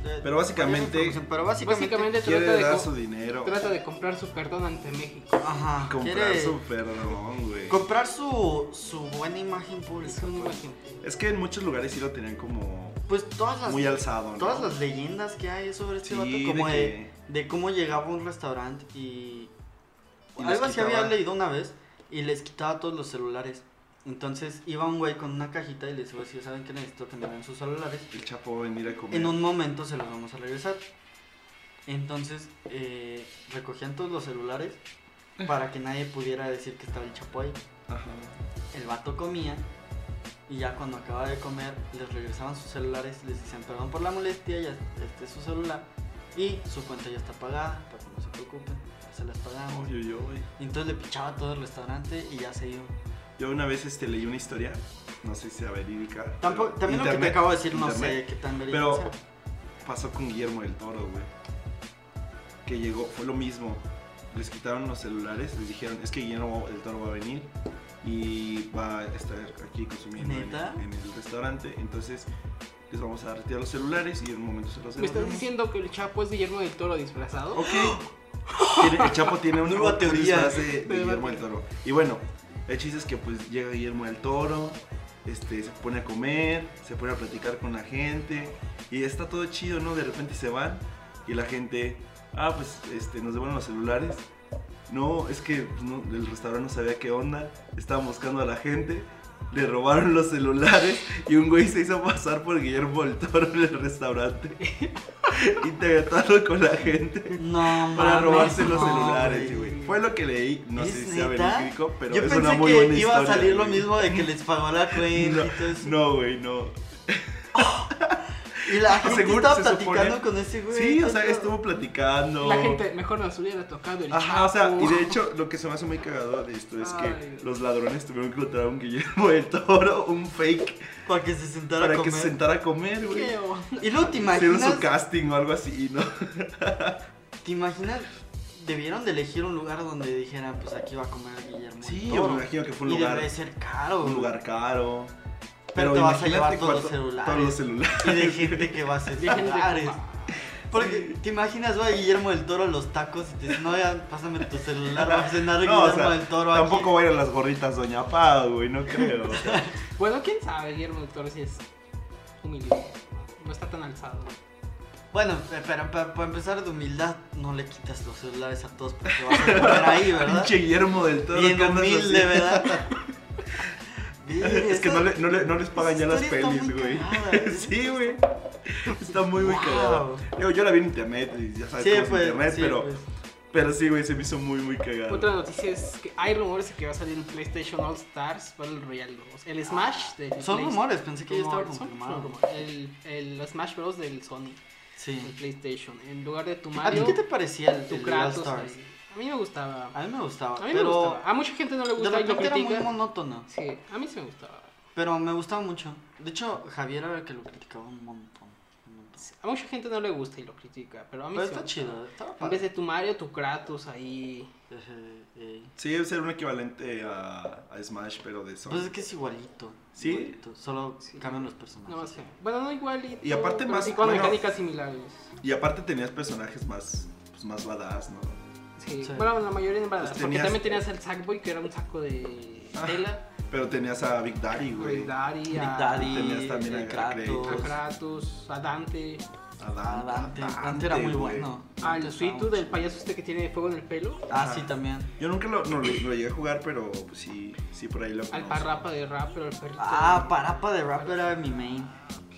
De-
Pero básicamente-
varias información, Pero básicamente.
Básicamente trata
Quiere
de,
dar
co-
su dinero.
trata de comprar su perdón ante México.
Ajá.
Comprar
quiere
su perdón, güey.
comprar su, su buena imagen
Es
pública.
una
pues.
imagen.
Es que en muchos lugares sí lo tenían como
Pues todas las.
muy alzado, ¿no?
Todas las leyendas que hay sobre este
Sí,
vato,
de
como de,
que-
de cómo llegaba a un restaurante y.
Y les
algo así había
quitaba-
leído una vez y les quitaba todos los celulares. Entonces iba un güey con una cajita y les iba a decir: ¿Saben qué necesito que me den sus celulares?
El chapo va a venir a comer.
En un momento se los vamos a regresar. Entonces eh, recogían todos los celulares para que nadie pudiera decir que estaba el chapo ahí.
Ajá.
El vato comía y ya cuando acababa de comer les regresaban sus celulares, les decían perdón por la molestia, ya este es su celular y su cuenta ya está pagada, para que no se preocupen, ya se las pagamos.
Uy, uy, uy.
Y entonces le pichaba todo el restaurante y ya se iba.
Yo una vez este, leí una historia, no sé si sea verídica.
Tampoco,
pero-
también lo que te
internet,
acabo de decir no
internet.
sé qué tan verídico
Pero-
sea.
Pasó con Guillermo del Toro, güey. Que llegó, fue lo mismo. Les quitaron los celulares, les dijeron, es que Guillermo del Toro va a venir y va a estar aquí consumiendo en,
¿Neta?
en el restaurante. Entonces, les vamos a retirar los celulares y en un momento se los
¿Me estás
devolvemos".
diciendo que el Chapo es Guillermo del Toro disfrazado?
Ok. Tiene- el Chapo tiene un
Nueva
un
teoría.
disfraz de, de
Nueva
Guillermo del
teoría.
Toro. Y bueno, el chiste es que pues llega Guillermo del Toro, este, se pone a comer, se pone a platicar con la gente y está todo chido, ¿no? De repente se van y la gente, ah, pues este, nos devuelven los celulares. No, es que pues, no, el restaurante no sabía qué onda, estaban buscando a la gente. Le robaron los celulares y un güey se hizo pasar por Guillermo del Toro en el restaurante. Interactuando con la gente.
No,
Para
mames,
robarse los
no,
celulares,
güey.
güey. Fue lo que leí, no
¿Es
sé si sea
neta?
verídico, pero
Yo
es
pensé
una muy
que
buena
iba a
historia,
salir lo
güey.
mismo de que les pagó la cuenta y todo eso.
No, güey, no.
Y la gente
Según
estaba
se
platicando
supone-
con ese güey.
Sí, o sea,
todo.
estuvo platicando.
La gente mejor nos hubiera tocado el
Ajá, o sea,
Chapo.
y de hecho, lo que se me hace muy cagado de esto es
Ay,
que
Dios.
los ladrones tuvieron que encontrar a un Guillermo del Toro, un fake,
Para que se sentara
para
a
que
comer.
se sentara a comer, güey.
Qué onda.
Y luego te
Hicieron
imaginas.
su casting o algo así, ¿no?
¿Te imaginas? Debieron de elegir un lugar donde dijeran, pues aquí va a comer Guillermo.
Sí,
del
yo
Toro.
me imagino que fue un
Y
lugar,
debe ser caro.
un
güey.
lugar caro.
Pero te vas a llevar
imagínate
todos los
cuánto-
celulares.
Todos los celulares.
Y de gente que va a hacer
De gente-
celulares. Porque te imaginas, güey, Guillermo del Toro en los tacos y te dicen, no, ya, pásame tu celular, va a cenar
No, o
Guillermo
sea,
del Toro aquí".
Tampoco va a ir a las gorritas Doña Pau, güey, no creo.
Bueno, quién sabe, Guillermo del Toro si es humilde. No está tan alzado.
Bueno, eh, pero para, para empezar de humildad, no le quitas los celulares a todos porque vas a comer ahí, ¿verdad?
Pinche Guillermo del Toro.
Bien
¿qué andas
humilde,
haciendo?
¿verdad?
Es que no, le- no le- no les pagan ya las pelis, güey.
Sí,
Sí, güey. Está muy, muy
Wow.
cagada. Yo, yo la vi en internet, y ya sabes cómo es
pues.
internet,
sí,
pero,
pues.
pero sí, güey, se me hizo muy, muy cagada.
Otra noticia es que hay rumores de que va a salir el PlayStation All Stars Battle Royale 2. El Smash del
Ah, Son
Play-
rumores, pensé que ya estaba
Rumores, son- son
confirmado.
rumores. El, el Smash Bros. del Sony, del
Sí.
PlayStation. En lugar de tu
¿A ti
Mario,
qué te parecía el,
tu
el All
Kratos.
Stars?
ahí. A mí me gustaba.
A mí me gustaba,
A mí me
pero
gustaba. A mucha gente no le
de
gusta y lo
repente era muy
critica.
monótono.
Sí, a mí sí me gustaba.
Pero me gustaba mucho. De hecho, Javier era el que lo criticaba un montón. un montón.
A mucha gente no le gusta y lo critica, pero a mí
Pero
sí me
está
gustaba.
chido, estaba
En vez
padre.
de tu Mario, tu Kratos ahí.
Ejé, ey.
Sí, debe ser un equivalente a, a Smash, pero de Sony.
Pues es que es igualito.
¿Sí?
igualito, Solo
Sí.
cambian los personajes.
No más que- Bueno, no igual.
Y aparte más-
Y con
bueno-
mecánicas similares.
Y aparte tenías personajes más, pues, más badass, ¿no?
Sí.
Sí.
Bueno, la mayoría en verdad.
Pues
Porque
tenías-
también tenías el Sackboy, que era un saco de
Ah,
tela.
Pero tenías a Big Daddy,
Güey,
güey.
Daddy,
Big
a,
Daddy,
tenías también a
eh,
Kratos.
a
Kratos.
Kratos, a Dante,
A
Ah, Dante. Dante era muy
güey.
bueno.
al
Dante
Suitu
estaba
Ah, del
mucho.
payaso este que tiene fuego en el pelo,
Ah, sí, también.
Yo nunca lo, no, lo, lo llegué a jugar, pero pues, sí, sí por ahí lo
al
conozco.
parrapa de rap, pero el perrito.
Ah, Parapa de Rap era mi main.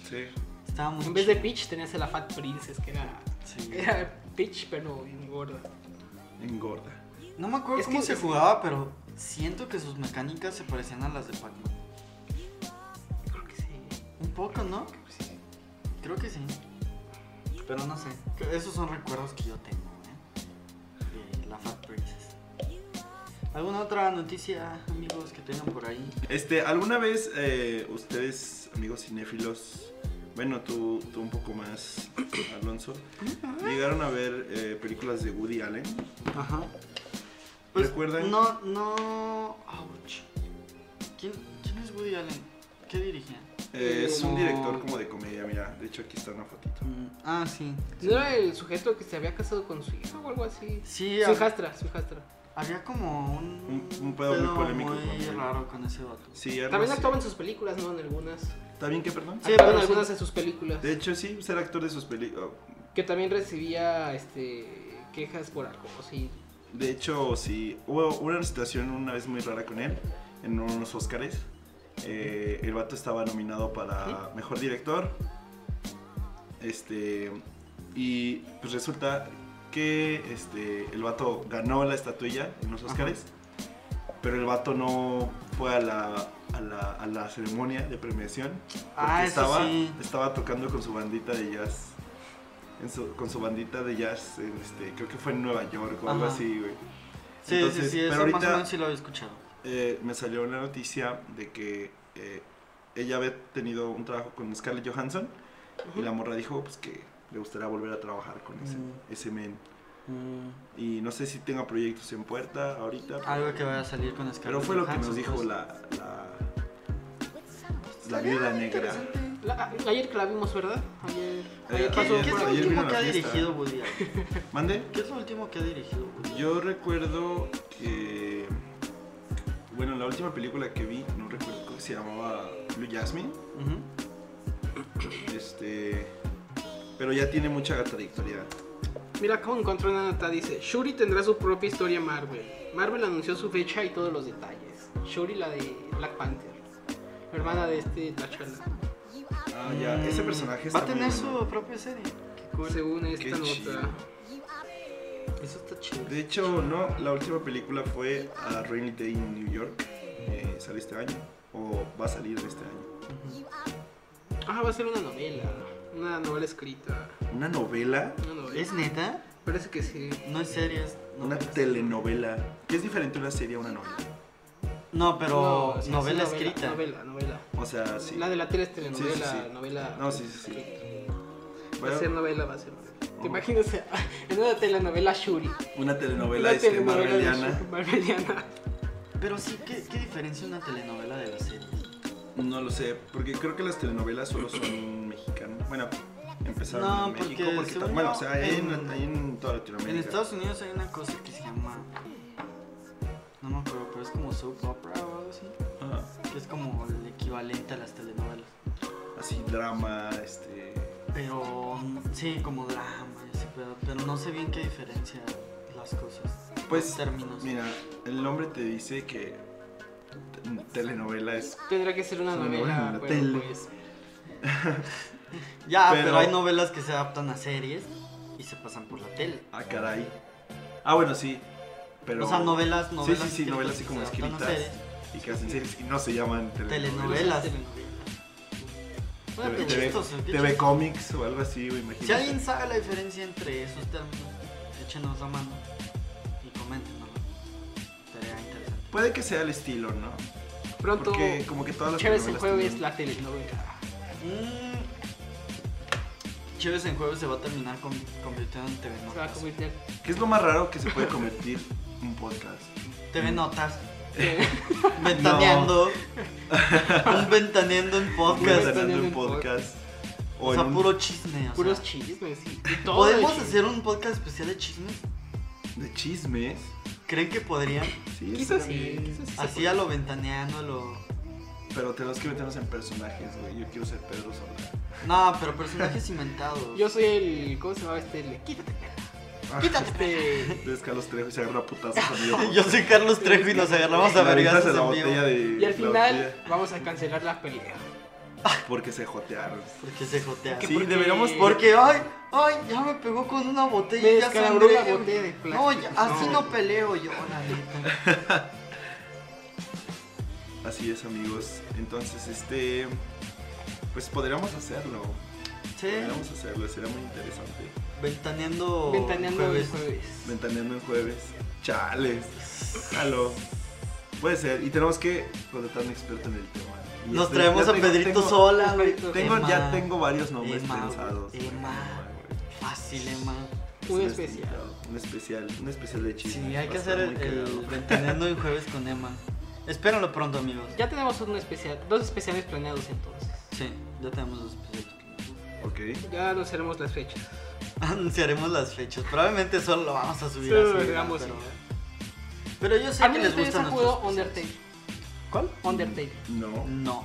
Sí.
Estaba muy
En vez de
chido.
Peach tenías a la Fat Princess, que era,
Sí.
era Peach, pero en gorda.
Engorda.
No me acuerdo
Es que
cómo se
es-
jugaba, pero siento que sus mecánicas se parecían a las de Pac-Man.
Creo que sí.
Un poco, ¿no?
creo que sí.
Creo que sí. Pero no sé. Que- Esos son recuerdos que yo tengo, ¿eh? De la Fat Princess. ¿Alguna otra noticia, amigos, que tengan por ahí?
Este, ¿alguna vez eh, ustedes, amigos cinéfilos, bueno, tú, tú un poco más, Alonso, llegaron a ver eh, películas de Woody Allen?
Ajá.
¿Recuerdan?
Pues, No, no. Ouch. ¿Quién, quién es Woody Allen? ¿Qué dirigía?
Eh, es un
No.
director como de comedia, mira, de hecho aquí está una fotito.
Mm, ah, sí.
¿No era el sujeto que se había casado con su hija o algo así?
Sí,
Su
hab-
hijastra, su hijastra.
había como un.
Un- un pedo muy polémico con
Muy
él.
raro con ese vato.
Sí, algo
También
así.
actuaba en sus películas, ¿no? En algunas.
¿Está bien que, perdón?
Sí,
actuaba
pero
en
sí.
algunas de sus películas.
De hecho, sí, ser actor de sus oh, películas.
Que también recibía este, quejas por acoso y
De hecho, sí, hubo una situación una vez muy rara con él, en unos Óscares. Eh, el vato estaba nominado para Mejor Director. Este, y pues resulta que este, el vato ganó la estatuilla en los
Ajá.
Óscares, pero el vato no fue a la, a la, a la ceremonia de premiación. Porque
Ah, eso
estaba,
sí.
estaba tocando con su bandita de jazz. en su- con su bandita de jazz, en este, creo que fue en Nueva York o algo
Ajá.
así, güey.
Sí, sí,
Entonces,
sí,
pero
eso más o
ahorita-
menos sí lo había escuchado.
Eh, me salió la noticia de que eh, ella había tenido un trabajo con Scarlett Johansson y la morra dijo pues, que le gustaría volver a trabajar con ese,
Mm.
ese men.
Mm,
Y no sé si tenga proyectos en puerta ahorita. pero-
algo que vaya a salir con Ah, Scarlett
pero fue lo que nos
Johansson,
dijo
pues.
la, la, la viuda negra.
La- ayer que la vimos, ¿verdad? Ayer,
Eh,
ayer
¿qué-
pasó
¿Qué es
por
lo
ayer
aquí.
vino
último
la
que ha
fiesta.
dirigido Woody Allen?
¿Mande?
¿Qué es lo último que ha dirigido Woody Allen?
Yo recuerdo que. Bueno, la última película que vi, no recuerdo, creo que se llamaba Blue Jasmine.
Ujú.
Este. Pero ya tiene mucha trayectoria.
Mira, acabo de encontrar una nota. Dice, Shuri tendrá su propia historia Marvel. Marvel anunció su fecha y todos los detalles. Shuri, la de Black Panther. la hermana de este T'Challa.
Ah, ya. Ese
Mm,
personaje
Va
está
a tener
muy bueno.
su propia serie.
Según esta
Qué
nota.
chido.
Eso está chido.
De hecho, no, la última película fue A Rainy Day in New York. eh, sale este año. O va a salir este año.
Ujú.
Ah, va a ser una novela. Una novela escrita.
Una novela.
Una novela.
¿Es neta?
Parece que sí.
No es serie, es
Una
novela.
telenovela. Que es diferente una serie a una novela.
No, pero
No, sí,
novela
sí,
escrita.
Novela, novela.
O sea, sí.
La de la tele es telenovela,
Sí, sí, sí.
novela.
No, sí, sí, sí.
Va a ser
Bueno,
novela, va a ser novela.
Oh.
¿Te imaginas en una telenovela Shuri?
una telenovela
una
este,
telenovela de
marveliana.
Shuri, Marveliana.
Pero sí, ¿qué, qué diferencia una telenovela de la serie?
No lo sé, porque creo que las telenovelas solo son mexicanas. Bueno, empezaron
No,
en México,
porque
porque,
según
tam- bueno,
yo,
o sea, hay en,
en-
hay en toda
En
Latinoamérica.
Estados Unidos hay una cosa que se llama. No me acuerdo, pero es como soap opera o algo así.
Ajá.
Que es como el equivalente a las telenovelas.
Así, drama, este...
Pero mm, sí, como drama, ese pedo, Pero no sé bien qué diferencia las cosas.
Pues,
los términos.
Mira, el nombre te dice que T- Telenovela es.
Tendrá que ser una
Es una
novela,
novela,
pero
tele.
pues.
Ya,
Pero-
pero... hay novelas que se adaptan a series y se pasan por la tele.
Ah, caray. Ah, bueno, sí. Pero.
O sea, novelas, novelas.
sí, sí,
escritas
novelas así
que
como
se adaptan a
escritas.
series.
Y que hacen series y no se llaman telenovelas.
Telenovelas.
Una
TV,
Qué
pregunta.
chistoso, qué
TV
chistoso.
Comics o algo así, güey, imagínate.
Si alguien sabe la diferencia entre esos términos, échenos la mano y coméntenos. Estaría interesante.
Puede que sea el estilo, ¿no?
Pronto,
Porque como que todas las
Chévez en
telenovelas
jueves,
tienen-
la telenovela.
Mm. Chévez en jueves se va a terminar con, convirtiendo en TV
Se va a
Notas.
convertir
¿Qué es lo más raro que se puede convertir un podcast?
TV Notas.
en.
Ventaneando. un ventaneando en
Estás
podcast.
Ventaneando.
ganando un
en pod-
podcast. O,
O
en
sea,
un-
puro chisme. o
Puros
sea.
chismes, sí. Y todo de
¿Podemos
chismes.
hacer un podcast especial de chismes?
de chismes.
¿Creen que podrían?
Sí,
Quizás
estaría
sí,
bien.
quizás sí. se
Así
puede.
a lo ventaneando, a lo.
Pero tenemos que meternos en personajes, güey. Yo quiero ser Pedro Sola.
No, pero personajes inventados.
Yo soy el. ¿Cómo se llama este? El- Quítate, cara.
Ah.
Quítate.
Este.
Entonces Carlos Trejo y se agarra a putazos conmigo.
Yo soy Carlos Trejo y nos agarramos a vergas
la
en vivo.
botella de.
Y al
la
final
botella
vamos a cancelar las peleas.
Porque se jotearon.
Porque se jotea.
Que
Sí,
porque-
deberíamos-
Porque, ay, ay, ya me pegó con una botella
Me
y ya
descalabró la
sangré.
botella de plástico.
No, ya, así
No.
no peleo yo, la neta.
Así es, amigos. Entonces, este. Pues podríamos hacerlo.
Sí,
Podríamos hacerlo, sería muy interesante.
ventaneando.
Ventaneando
jueves.
el jueves.
Ventaneando en jueves. Chales. Jalo. Puede ser. Y tenemos que contratar un experto en el tema. Y
Nos
este-
traemos
ya
a
tengo-
Pedrito
tengo-
sola, güey.
Pedrito
Tengo, ya
Emma.
tengo varios nombres
Emma,
pensados.
güey. Emma. Fácil, Ah, Emma.
Un
Es
especial.
Un especial. Un especial de chisme.
Sí, hay
Va
que
a estar
hacer el,
muy
el
cagado.
ventaneando el jueves con Emma. Espérenlo pronto, amigos.
Ya tenemos un especial, dos especiales planeados entonces.
Sí, ya tenemos los especiales.
Ok.
Ya nos haremos las fechas.
Anunciaremos las fechas. Probablemente solo lo vamos a subir
Sí,
así.
lo
¿no?
agregamos,
pero,
sí.
pero yo sé que
¿Alguien de
les
ustedes
gustan
han
nuestros
jugado
especiales.
Undertale?
¿Cuál?
Undertale.
No.
No.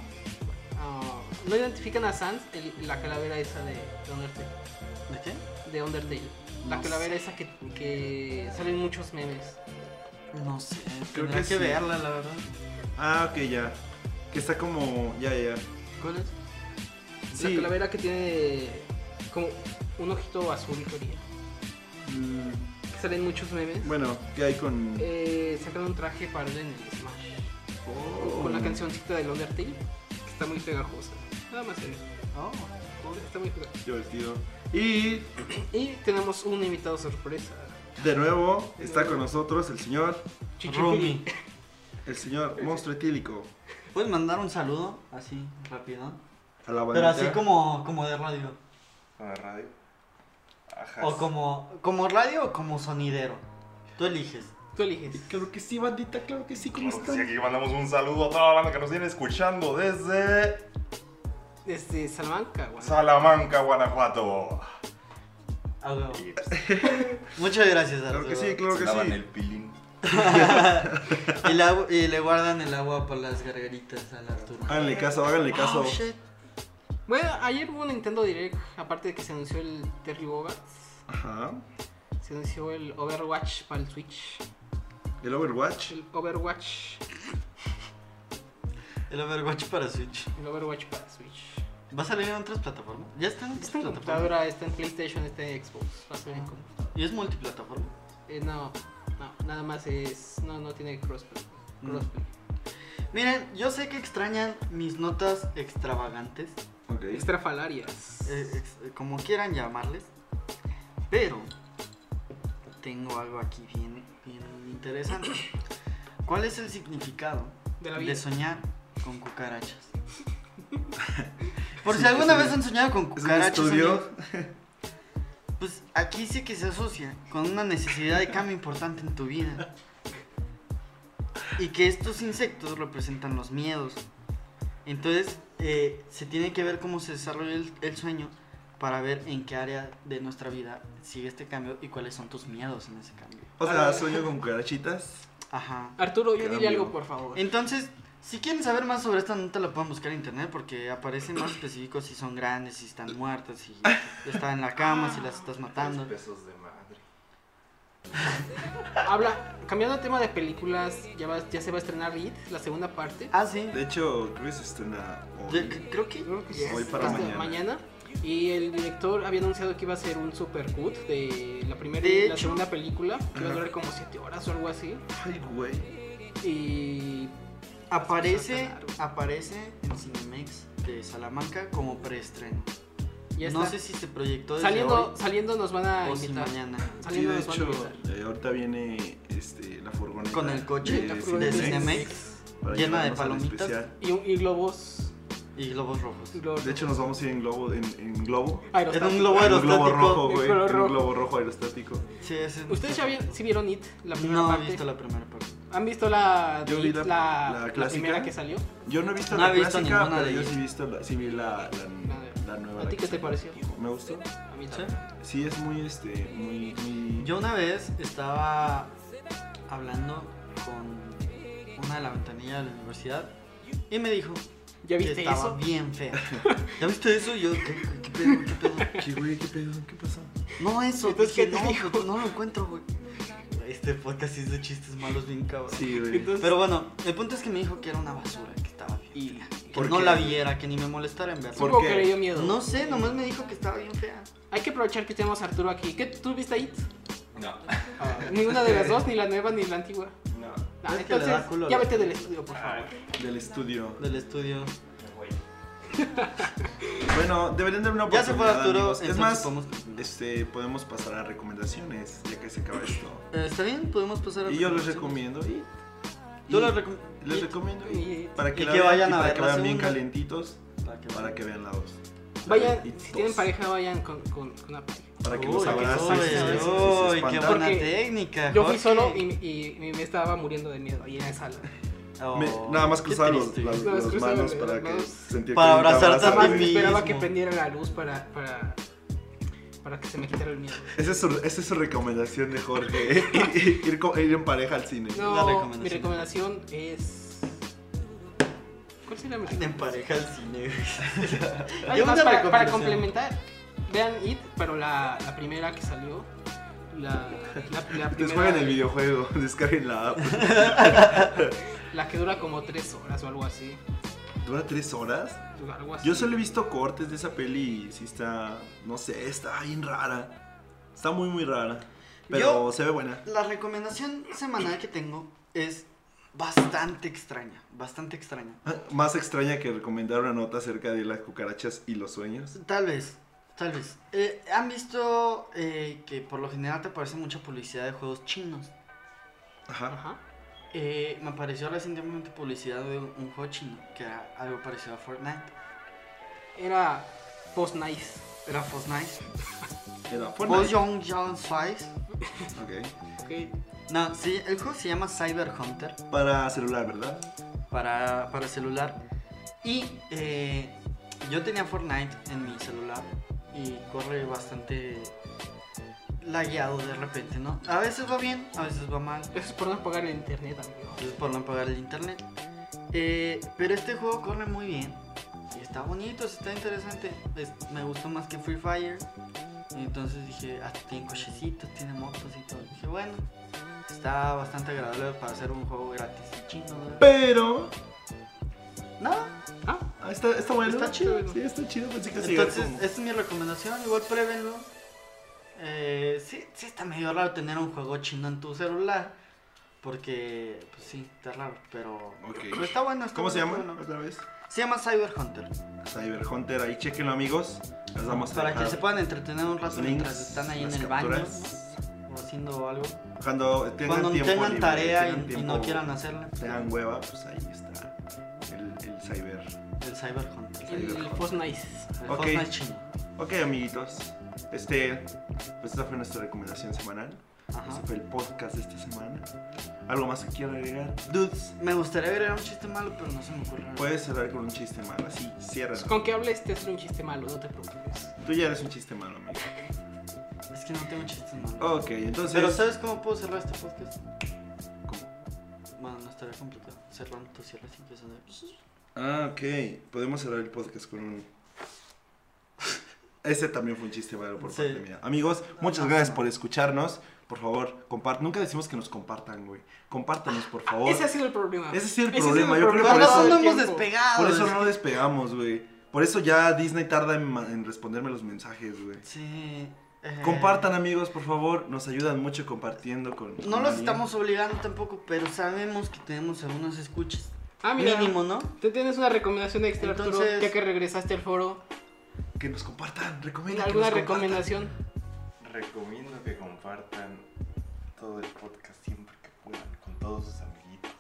Ah, ¿No identifican a Sans, el- la calavera esa de, de Undertale?
¿De qué?
De Undertale. La
No
calavera esa que, que salen muchos memes.
No sé.
Creo
Creo
que
que,
sí.
verla, la verdad.
Ah, ok, ya. Que está como. Ya, ya. ya.
¿Cuál es? La
Sí.
calavera que tiene como un ojito azul, teoría.
Mm,
Que salen muchos memes.
Bueno, ¿qué hay con.?
Eh, sacan un traje para él en el Smash.
Oh.
Con la cancioncita del Undertale. Que está muy pegajosa. Nada más eso.
Oh.
Está muy pegajosa.
Divertido. Y
Y tenemos un invitado sorpresa.
de nuevo está con nosotros el señor.
Rumi.
El señor monstruo etílico.
¿Puedes mandar un saludo? Así, rápido.
A la
Pero
bandita.
así como, como de radio.
A la radio. Ajá.
O como, como radio o como sonidero. Tú eliges.
Tú eliges.
Claro que sí, bandita, claro que sí, ¿cómo
Claro que sí,
están?
aquí mandamos un saludo a toda la banda que nos viene escuchando desde
Desde Este, Salamanca, güey.
Salamanca, Guanajuato.
A huevo.
Y
Muchas gracias,
Claro que
Arturo.
sí, claro
se
que
lavan
sí.
pues, el pilín.
y, la- y le guardan el agua por las gargaritas al Arturo.
Háganle caso, háganle Ah, este caso.
Oh, shit.
Bueno, ayer hubo un Nintendo Direct, aparte de que se anunció el Terry Bogarts,
Ajá.
se anunció el Overwatch para el Switch.
El Overwatch.
El Overwatch,
El Overwatch para Switch.
el Overwatch para Switch.
¿Va a salir en otras plataformas? Ya está en otras
Está en
plataformas.
computadora, está en PlayStation, está en Xbox. Va a ser en computadora.
¿Y es multiplataforma?
Eh, no, no, nada más es. No, no tiene crossplay.
Mm.
Crossplay.
Miren, yo sé que extrañan mis notas extravagantes,
Ok.
Este
Extrafalarias.
eh, ex- eh, como quieran llamarles, pero tengo algo aquí bien, bien interesante. ¿Cuál es el significado
De la vida.
de soñar con cucarachas? Por
Sí,
si alguna
es un-
vez han soñado con
Es un
cucarachas, amigos,
estudio.
pues aquí sí que se asocia con una necesidad de cambio importante en tu vida. Y que estos insectos representan los miedos. Entonces, eh, se tiene que ver cómo se desarrolla el, el sueño para ver en qué área de nuestra vida sigue este cambio y cuáles son tus miedos en ese cambio.
O sea, sueño con cucarachitas.
Ajá.
Arturo, yo dile
Cambio.
algo, por favor.
Entonces, si quieren saber más sobre esta nota, la pueden buscar en internet porque aparecen más específicos si son grandes, si están muertas, si están en la cama, si las estás matando.
Tres pesos de madre.
Habla, cambiando de tema de películas, ya, va- ya se va a estrenar It, la segunda parte.
Ah, sí.
De hecho, creo que se estrena
Yo
hoy.
c- creo que.
Creo que
Yes.
Hoy para
hasta
mañana.
Y el director había anunciado que iba a ser un supercut de la primera
De
y la
hecho.
segunda película, que iba a
Ajá.
durar como 7 horas o algo así.
Ay, güey.
Y
Aparece,
Claro.
aparece en Cinemex de Salamanca como preestreno.
ya
No
está.
sé si se proyectó desde
saliendo,
hoy
saliendo nos van a
o si
invitar.
mañana.
Sí,
Saliendo
de
nos van a
hecho,
invitar.
eh, ahorita viene este, la furgoneta.
Con el coche
de
La
de
Cinemex.
Cinemex
para
llena
llevarnos
de
al
palomitas.
especial.
Y, un- y globos.
y globos rojos.
globos
De hecho, nos vamos a ir en globo. En, en globo.
En
aerostáticos.
un globo
En un globo rojo,
aerostático.
güey.
El color
En un
rojo.
globo rojo aerostático.
Sí, ese-
¿Ustedes ya vi- sí vieron It, la primera
No he
parte?
visto la primera parte.
¿Han visto la,
Yo
de
vi
It,
la-
la-
la
la
clásica.
primera que salió?
Yo no he visto
No
la
he visto
clásica,
ninguna
pero
de
yo
ellas.
sí, he visto la, sí vi la, la, la nueva.
¿A ti
la
qué
que
te
salió.
pareció?
Me gustó.
A mí
¿Sí?
también.
Sí, es muy, este, muy... muy-
Yo una vez estaba hablando con una de la ventanilla de la universidad y me dijo
¿Ya
que
viste
estaba
eso?
bien fea. ¿Ya viste eso? Yo, ¿qué, qué pedo? ¿Qué pedo?
¿Qué, güey? ¿Qué pedo? ¿Qué pasó?
No, eso.
Entonces,
dije,
¿qué te
no,
dijo?
pues, No lo encuentro, güey. Este podcast sí es de chistes malos, bien cabrón.
Sí, güey.
Entonces-
Pero bueno, el punto es que me dijo que era una basura, que estaba bien.
Y
Que
¿Por
no
qué?
la viera, que ni me molestara en verla.
¿Por
supongo
qué?
que le dio miedo.
No sé, nomás me dijo que estaba bien fea.
Hay que aprovechar que tenemos a Arturo aquí. ¿Qué, ¿Tú viste It? Ah,
No.
Ninguna de las dos, ni la nueva ni la antigua.
No.
Ah,
Es que le
entonces,
da culo a
ya
la-
vete del estudio,
Ah,
por favor.
Del estudio.
Del estudio.
Güey.
Bueno, deberían dar una
Ya se
oportunidad,
fue Arturo,
amigos. Es
entonces
más,
podemos continuar.
este, podemos pasar a recomendaciones, ya que se acaba esto.
Eh, ¿Está bien? ¿Podemos pasar a
Y yo les
recomendaciones?
recomiendo y...
Tú
y
les recom-
Les
y-
recomiendo y-
Y-
Para que,
y
la
que
vean,
vayan
y
a
para
ver
que
la
la vean bien
segunda.
calientitos,
Para que-
para que vean la dos.
Vayan,
Y
si tienen
dos.
pareja, vayan con, con una pareja.
Para que
Uy,
los
qué
abracen.
suave,
si se- si se
uy, qué
espantan.
buena
Porque
técnica.
Yo fui
Jorge.
solo y, y- y me estaba muriendo de miedo ahí en la sala.
Oh,
Me- nada más
qué
cruzar los,
triste.
las,
Nada más
las
cruzar
manos
las
para que
manos.
sentir
Para
que te
abrazarte
abrazas,
Además,
a
güey.
mí.
esperaba que
mismo.
prendiera la luz para, para, para que se me quitara el miedo.
Esa es, su, esa es su recomendación de Jorge. ir, ir co- ir en pareja al cine.
No,
La recomendación.
mi recomendación es... ¿Cuál sería mi
En
recomendación?
pareja al cine.
Además,
Yo una
para, para
recomendación.
complementar, vean It, pero la, la primera que salió, la, la, la
Entonces
primera,
jueguen el videojuego, descarguen la app.
la que dura como tres horas o algo así.
¿Dura tres horas?
algo así.
Yo solo he visto cortes de esa peli y sí está, no sé, está bien rara. Está muy, muy rara. Pero
Yo-
se ve buena.
La recomendación semanal que tengo es bastante extraña. Bastante extraña.
Más extraña que recomendar una nota acerca de las cucarachas y los sueños.
Tal vez, tal vez. Eh, ¿Han visto eh, que por lo general te aparece mucha publicidad de juegos chinos?
Ajá.
Ajá.
Eh, me apareció recientemente publicidad de un juego chino que era algo parecido a Fortnite.
Era post nice.
Era Fortnite.
Era Fortnite.
Fortnite. Young Young Spice.
Ok.
No, sí, el juego se llama Cyber Hunter
Para celular, ¿verdad?
para, para celular. Y eh, yo tenía Fortnite en mi celular y corre bastante lagueado de repente, ¿no? A veces va bien, a veces va mal.
Eso es por no pagar el internet, amigo.
Entonces por no pagar el internet. Eh, pero este juego corre muy bien. Y está bonito, está interesante. Es- me gustó más que Free Fire. Y entonces dije, hasta tiene cochecitos, tiene motos y todo. Dije, bueno, está bastante agradable para hacer un juego gratis y chino. ¿verdad?
Pero...
No,
Ah,
ah, Está, está bueno.
Está chido.
Sí, está chido. Pensé que se iba a
entonces
como-
esa es mi recomendación, igual pruébenlo. Eh, sí, sí está medio raro tener un juego chino en tu celular. Porque, pues sí, está raro, pero...
Ok.
pero pues, está bueno, está
¿Cómo se
bueno,
llama?
bueno.
Otra vez.
Se llama Cyber Hunter.
Cyber Hunter, ahí chequenlo amigos. Las vamos a
para
dejar
que se puedan entretener un
los
rato
links,
mientras están ahí en
las
el
capturas.
baño o haciendo algo.
Cuando tengan
Cuando
tiempo
tengan
libre,
tarea y-
tengan
y,
tiempo,
no quieran hacerla,
Tengan hueva, pues ahí está el, el Cyber.
el Cyber Hunter.
Ahí
el
lo
post nice.
El
Ok.
Fortnite chino.
Ok amiguitos, este, pues esta fue nuestra recomendación semanal.
Ajá.
Este fue el podcast de esta semana. ¿Algo más que quieran agregar?
Dudes, me gustaría agregar un chiste malo, pero no se me ocurre. ahora.
Puedes cerrar con un chiste malo, así, cierra.
Pues con que hables te hace un chiste malo, no te preocupes.
Tú ya eres un chiste malo, amigo.
Es que no tengo chistes malos.
Ok, oh, entonces...
Pero ¿sabes cómo puedo cerrar este podcast?
¿Cómo?
Bueno, no estaría complicado. Cerrando, tú cierras y empiezas
Pues,
a...
Ah, ok. Podemos cerrar el podcast con un... Ese también fue un chiste malo por
Sí.
parte mía. Amigos, muchas
no,
gracias
no.
por escucharnos. Por favor, compart Nunca decimos que nos compartan, güey. Compártanos, por favor.
Ese ha sido el problema.
Oh. Ese ha sido el
ha sido
problema, yo creo que
por
Nosotros
eso-
no hemos
tiempo.
despegado.
Por eso
es
no
que-
despegamos, güey. Por eso ya Disney tarda en, ma- en responderme los mensajes, güey.
Sí. eh,
Compartan, amigos, por favor. Nos ayudan mucho compartiendo con.
No
con
los
alguien.
estamos obligando tampoco, pero sabemos que tenemos algunos escuchas.
Ah, mira.
Mínimo, ¿no?
Te tienes una recomendación extra, Arturo,
Entonces-
ya que regresaste al foro.
Que nos compartan. Recomienda. que
¿Alguna
nos compartan.
recomendación?
Recomiendo que compartan todo el podcast siempre que puedan con todos sus amiguitos.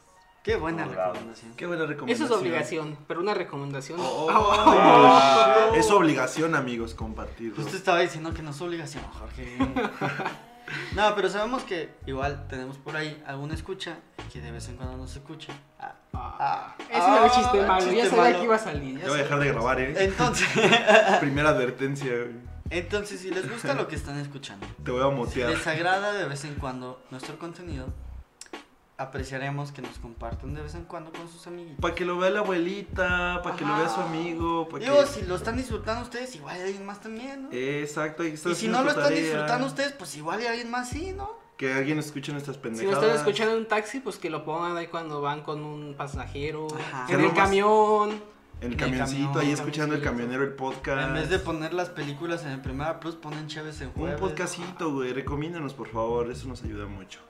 Qué buena
Colorado.
recomendación.
Qué buena
Eso
recomendación.
es obligación, pero una recomendación.
Oh,
Ah.
Es obligación, amigos, compartirlo.
Justo estaba diciendo que no es obligación, Jorge. no, pero sabemos que igual tenemos por ahí alguna escucha que de vez en cuando nos escucha. Ah,
Ah,
Ah.
ese era un
Ah,
chiste malo, ya
chiste
sabía
malo.
que iba a salir.
Ya voy a dejar de grabar, eh.
Entonces,
Primera advertencia, güey.
entonces si les gusta lo que están escuchando,
Te voy a
si
motear.
les agrada de vez en cuando nuestro contenido, apreciaremos que nos compartan de vez en cuando con sus amiguitos.
Para que lo vea la abuelita, para que lo vea su amigo. para
Digo,
que...
si lo están disfrutando ustedes, igual hay alguien más también,
Eh,
¿no?
Exacto, ahí está
y si
haciendo
no lo
tu
están
tarea.
disfrutando ustedes, pues igual hay alguien más sí, ¿no?
Que alguien escuche nuestras pendejadas.
Si lo están escuchando en un taxi, pues que lo pongan ahí cuando van con un pasajero,
Ajá.
en
Hacerlo
el
más-
camión.
En el
el
camioncito,
camión,
ahí
el
escuchando el
camioncito.
camionero, el podcast.
En vez de poner las películas en el Primera Plus, ponen Chévez en
Un
jueves. Pues
podcastito, güey. Recomiéndanos, por favor. Eso nos ayuda mucho.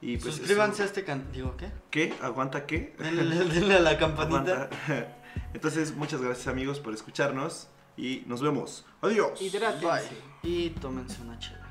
Y pues.
Suscríbanse a
eso.
este canal. Digo, ¿qué?
¿Qué? ¿Aguanta qué?
Denle, denle a la
Aguanta.
campanita.
Entonces, muchas gracias, amigos, por escucharnos. Y nos vemos. Adiós.
Hidrátense.
Bye. Y tómense una chévere.